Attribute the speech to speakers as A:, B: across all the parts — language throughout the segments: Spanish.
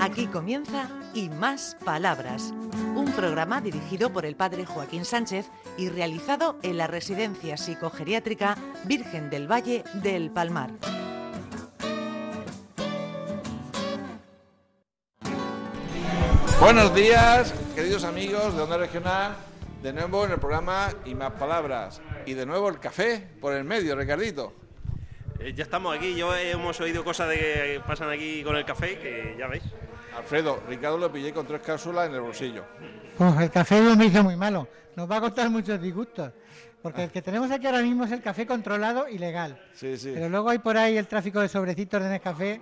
A: Aquí comienza Y Más Palabras, un programa dirigido por el padre Joaquín Sánchez y realizado en la Residencia Psicogeriátrica Virgen del Valle del Palmar.
B: Buenos días, queridos amigos de Onda Regional. De nuevo en el programa y más palabras. Y de nuevo el café por el medio, Ricardito.
C: Eh, ya estamos aquí, yo eh, hemos oído cosas de que pasan aquí con el café, que ya veis.
B: Alfredo, Ricardo lo pillé con tres cápsulas en el bolsillo.
D: Pues el café lo me hizo muy malo. Nos va a costar muchos disgustos. Porque el que tenemos aquí ahora mismo es el café controlado y legal.
B: Sí, sí.
D: Pero luego hay por ahí el tráfico de sobrecitos de Nescafé,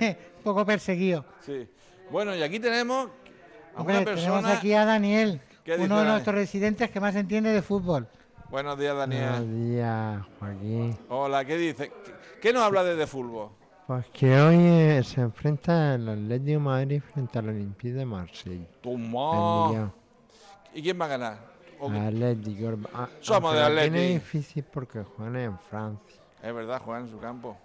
D: un poco perseguido.
B: Sí. Bueno, y aquí tenemos a
D: Hombre,
B: una
D: tenemos
B: persona.
D: aquí a Daniel,
B: ¿Qué dice
D: uno de
B: Dani?
D: nuestros residentes que más entiende de fútbol.
B: Buenos días,
E: Buenos
B: Daniel.
E: días, Joaquín.
B: Hola, ¿qué dice? ¿Qué nos habla desde fútbol?
E: Pues que hoy eh, se enfrenta el Atlético de Madrid frente al Olympique de Marsella. El
B: Tumor.
E: día.
B: ¿Y quién va a ganar? ¿O-
E: Atlético. el- ah,
B: Somos
E: aunque
B: del
E: lo Tiene
B: Atleti.
E: difícil porque juegan en Francia.
B: Es verdad, Juan, en su campo.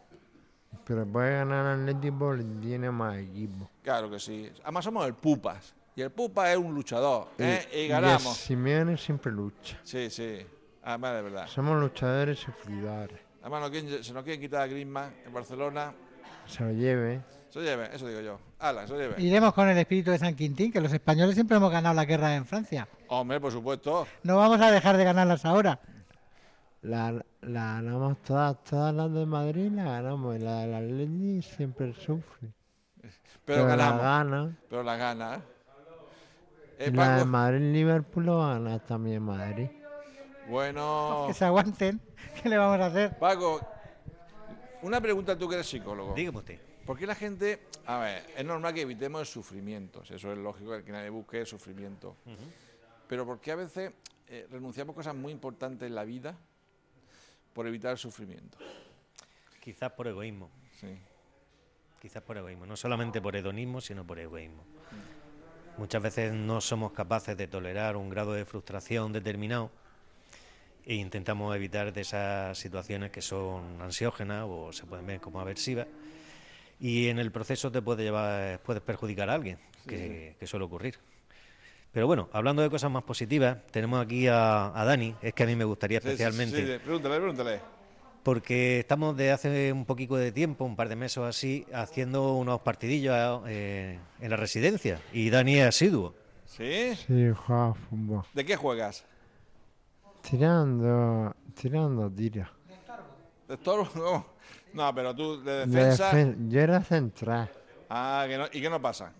E: Pero puede ganar el Atlético porque tiene más equipo.
B: Claro que sí. Además somos el Pupas. Y el Pupas es un luchador. ¿eh? Y,
E: el
B: ganamos.
E: Simeone siempre lucha.
B: Sí, sí. Además, de verdad.
E: Somos luchadores y sufridores.
B: Además, no quieren- se nos quieren quitar a Griezmann en Barcelona.
E: Se lo lleve.
B: Se lo lleven, eso digo yo. Ala, se lo lleven.
D: Iremos con el espíritu de San Quintín, que los españoles siempre hemos ganado la guerra en Francia.
B: Hombre, por supuesto.
D: No vamos a dejar de ganarlas ahora.
E: La, la ganamos todas, todas las de Madrid la ganamos. Y la del Atlético siempre sufre.
B: Pero, ganamos.
E: la gana.
B: pero la gana. Eh,
E: Y la de
B: Paco,
E: Madrid-Liverpool lo va a ganar también Madrid.
B: bueno.
D: Que se aguanten. ¿Qué le vamos a hacer?
B: Paco, una pregunta tú que eres psicólogo.
F: Dígame usted.
B: ¿Por qué la gente.? A ver, es normal que evitemos el sufrimiento. si Eso es lógico, el que nadie busque el sufrimiento. Pero ¿por qué a veces eh, renunciamos a cosas muy importantes en la vida por evitar el sufrimiento?
F: Quizás por egoísmo.
B: Sí.
F: Quizás por egoísmo. No solamente por hedonismo, sino por egoísmo. Muchas veces no somos capaces de tolerar un grado de frustración determinado e intentamos evitar de esas situaciones que son ansiógenas o se pueden ver como aversivas. Y en el proceso te puede llevar, puedes perjudicar a alguien, que, que suele ocurrir. Pero bueno, hablando de cosas más positivas, tenemos aquí a, a Dani, es que a mí me gustaría
B: Sí, sí,
F: especialmente.
B: sí, sí, pregúntale, pregúntale.
F: Porque estamos de hace un poquito de tiempo, un par de meses o así, haciendo unos partidillos eh, en la residencia. Y Dani es asiduo.
B: ¿Sí?
E: Sí, juega a fútbol.
B: ¿De qué juegas?
E: Tirando, tirando tira.
B: ¿De toro? No. No, pero tú, de
E: De
B: defensa.
E: defen- yo era central,
B: Ah, que no, ¿y qué no pasa?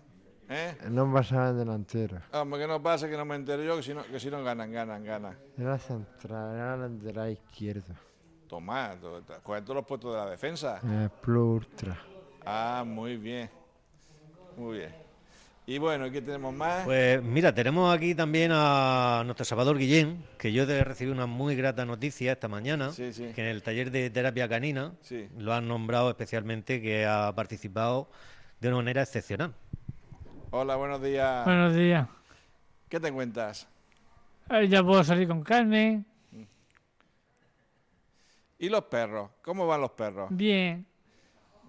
B: ¿Eh?
E: no pasaba delantero.
B: Hombre, que no pasa, que no me entero yo, que si no, que si no ganan, ganan, ganan.
E: Era central, era lateral izquierdo.
B: Tomás, juegan todos los puestos de la defensa.
E: El Eh, plus ultra.
B: Ah, muy bien. Muy bien. Y bueno, ¿qué tenemos más?
F: Pues mira, tenemos aquí también a nuestro Salvador Guillén, que yo he recibido una muy grata noticia esta mañana,
B: Sí, sí.
F: que en el taller de terapia canina
B: Sí.
F: lo han nombrado especialmente, que ha participado de una manera excepcional.
B: Hola, buenos días.
G: Buenos días.
B: ¿Qué te cuentas?
G: Ay, ya puedo salir con Carmen.
B: ¿Y los perros? ¿Cómo van los perros?
G: Bien.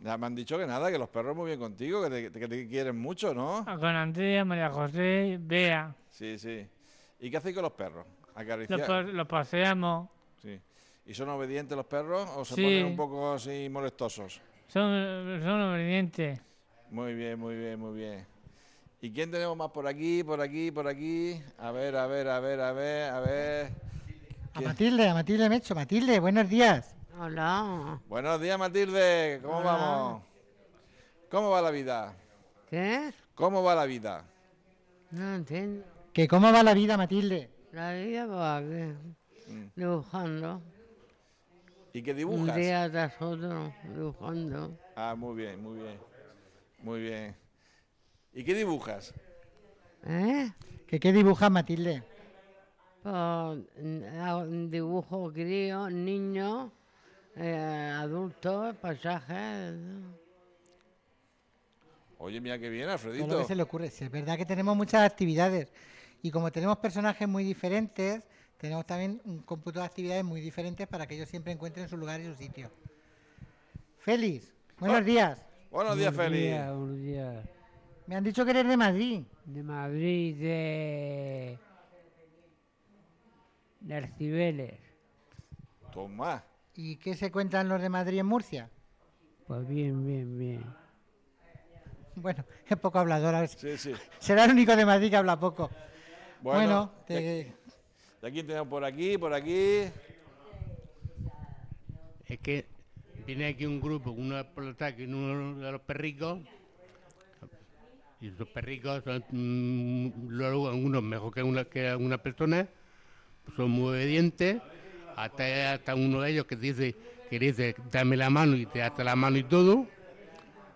B: Ya me han dicho que nada, que los perros muy bien contigo, que te, que te quieren mucho, ¿no?
G: Con Andrea, María José, Bea.
B: Sí, sí. ¿Y qué hacéis con los perros? Acariciar.
G: Los, pa- los paseamos.
B: Sí. ¿Y son obedientes los perros o se
G: Sí.
B: ponen un poco así molestosos?
G: Son, son obedientes.
B: Muy bien, muy bien, muy bien. ¿Y quién tenemos más por aquí, por aquí, por aquí? A ver, a ver, a ver, a ver, a ver.
D: A
B: ¿Quién?
D: Matilde, a Matilde Mecho. Matilde, buenos días.
H: Hola,
B: Buenos días, Matilde. ¿Cómo
H: Hola.
B: vamos? ¿Cómo va la vida?
H: ¿qué?
B: ¿Cómo va la vida?
H: No entiendo.
D: ¿Que ¿Cómo va la vida, Matilde?
H: La vida va bien.
B: Mm.
H: Dibujando.
B: ¿Y qué
H: Un
B: dibujas?
H: día tras otro, dibujando.
B: Ah, muy bien, muy bien. Muy bien. ¿Y qué dibujas?
H: ¿Eh?
D: ¿Que ¿Qué dibuja Matilde?
H: Pues, mm, hago un dibujo crío, niño, eh, adulto, paisajes. ¿no?
B: Oye, mira qué bien,
D: Todo lo
B: Alfredito.
D: que se le ocurre. Sí, es verdad que tenemos muchas actividades y como tenemos personajes muy diferentes, tenemos también un cómputo de actividades muy diferentes para que ellos siempre encuentren su lugar y su sitio. Félix, buenos días.
B: Ah. Buenos días, Félix.
I: buenos días.
D: Me han dicho que eres de Madrid.
I: de Madrid, de. de Arcibeles.
B: Tomás.
D: ¿Y qué se cuentan los de Madrid en Murcia?
I: Pues bien, bien, bien.
D: Bueno, es poco hablador. a ver si-
B: Sí, sí.
D: Será el único de Madrid que habla poco.
B: Bueno, eh.
D: Bueno, te-
B: de aquí tenemos por aquí, por aquí.
J: Es que viene aquí un grupo, uno por los tacos y uno de los perricos. Y los perricos son mm, luego algunos mejor que una, que una persona, son muy obedientes. Hasta, hasta uno de ellos que dice, que dice, dame la mano y te ata la mano y todo.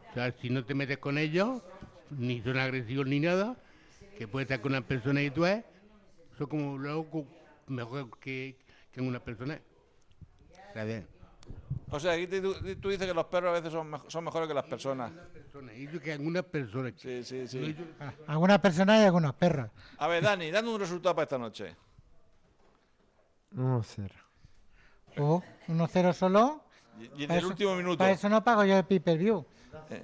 J: O sea, si no te metes con ellos, ni son agresivos ni nada, que puede estar con una persona y tú es, son como luego cu- mejor que, que una persona. Está bien.
B: O sea, aquí tú, tú dices que los perros a veces son, mejo- son mejores que las personas.
J: personas. Hizo que algunas personas.
B: Sí, sí,
J: No
B: sí.
J: hizo-
D: Algunas personas y algunos perros.
B: A ver, Dani, dame un resultado para esta noche.
E: No, cero.
D: Oh, 1-0 solo.
B: Y, y en
D: Para
B: el
D: eso-
B: último minuto.
D: Para eso no pago yo el pay-per-view.
B: Eh,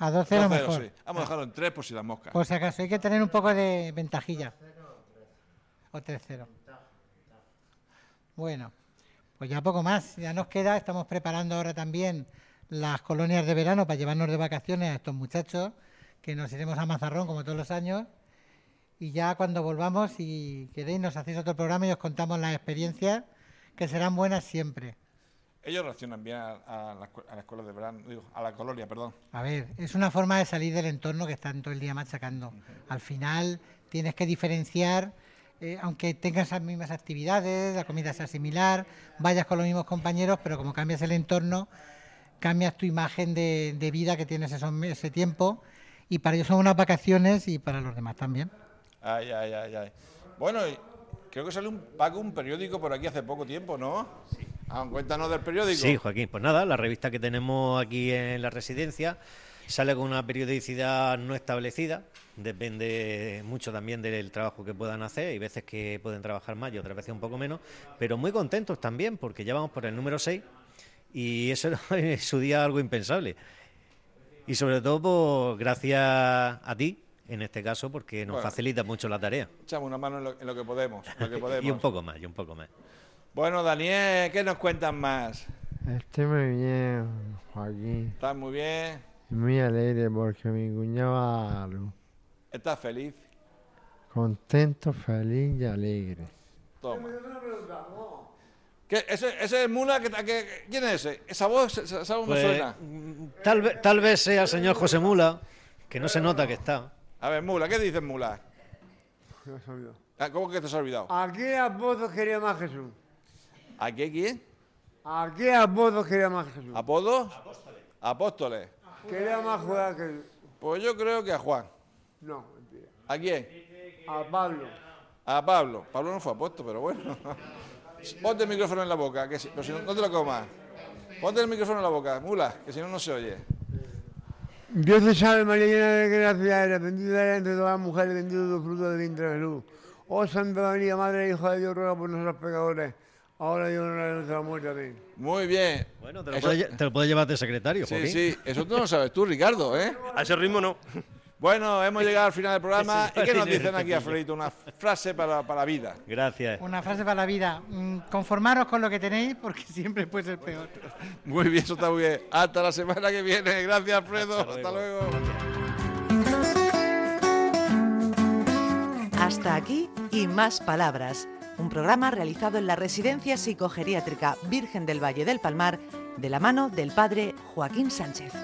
D: A
B: 2-0,
D: 2-0 mejor.
B: sí. Vamos a dejarlo en tres por si la mosca.
D: Por si acaso, hay que tener un poco de ventajilla. O 3-0. Bueno, pues ya poco más. Ya nos queda. Estamos preparando ahora también las colonias de verano para llevarnos de vacaciones a estos muchachos, que nos iremos a Mazarrón como todos los años. Y ya cuando volvamos, si queréis, nos hacéis otro programa y os contamos las experiencias, que serán buenas siempre.
B: Ellos reaccionan bien a, a las cu- a las escuelas de verano, digo, a la colonia, perdón.
D: A ver, es una forma de salir del entorno que están todo el día machacando. Al final tienes que diferenciar, eh, aunque tengas las mismas actividades, la comida sea similar, vayas con los mismos compañeros, pero como cambias el entorno, cambias tu imagen de, de vida que tienes esos me- ese tiempo. Y para ellos son unas vacaciones y para los demás también.
B: Ay, ay, ay, ay. Bueno, y creo que salió un Paco, un periódico por aquí hace poco tiempo, ¿no? Sí. Ah, cuéntanos del periódico.
F: Sí, Joaquín. Pues nada, la revista que tenemos aquí en la residencia sale con una periodicidad no establecida. Depende mucho también del trabajo que puedan hacer. Hay veces que pueden trabajar más y otras veces un poco menos. Pero muy contentos también porque ya vamos por el número 6 y eso era en su día algo impensable. Y sobre todo pues, gracias a ti, en este caso, porque nos
B: Bueno.
F: facilita mucho la tarea.
B: Echamos una mano en lo, en lo que podemos. Lo que podemos.
F: Y un poco más, y un poco más.
B: Bueno, Daniel, ¿qué nos cuentan más?
E: Estoy Este muy bien, Joaquín.
B: ¿Estás muy bien?
E: Y Muy alegre porque mi cuñado va a dar a luz.
B: ¿Estás feliz?
E: Contento, feliz y alegre.
B: Toma. ¿Qué? ¿Ese, ese es Mula? Que, que- ¿Quién es ese? ¿Esa voz, esa, esa voz
F: Pues,
B: me suena?
F: mm, tal, ve- tal vez sea el señor José Mula, que no se nota que está.
B: A ver, Mula, ¿qué dices, Mula? Ah, ¿Cómo que te has olvidado?
K: Aquí a vosotros quería más Jesús.
B: ¿A qué quién?
K: Aquí a vosotros quería más Jesús.
B: Ah. ¿Apodos? Apóstoles.
K: Quería más Juan que.
B: Pues yo creo que a Juan.
K: No, mentira.
B: ¿A quién?
K: A Pablo.
B: A Pablo. Pablo no fue apóstol, pero bueno. Ponte el micrófono en la boca, que si, pero si no, no te lo comas. Ponte el micrófono en la boca, Mula, que si no, no se oye.
K: Dios te salve María, llena de gracia eres, bendita eres entre todas las mujeres, bendito tu fruto del vientre de Jesús. Oh Santa María, Madre e Hija de Dios, ruega por nosotros pecadores, ahora y en la hora de nuestra muerte. Amén.
B: Muy bien.
F: Bueno, te lo,
B: Eso-
F: puedes, lle- te lo puedes llevar de secretario,
B: Sí,
F: Joaquín.
B: sí, eso tú no lo sabes tú, Ricardo, ¿eh?
C: A ese ritmo no.
B: Bueno, hemos llegado al final del programa.
F: Sí,
B: ¿Y qué nos
F: sí, sí,
B: dicen aquí,
F: sí.
B: Alfredito? Una frase para, para la vida.
F: Gracias.
D: Una frase para la vida. mm, Conformaros con lo que tenéis porque siempre puede ser peor.
B: Muy bien, eso está muy bien. Hasta la semana que viene. Gracias, Alfredo. Hasta luego.
A: Hasta aquí y más palabras, un programa realizado en la Residencia Psicogeriátrica Virgen del Valle del Palmar de la mano del padre Joaquín Sánchez.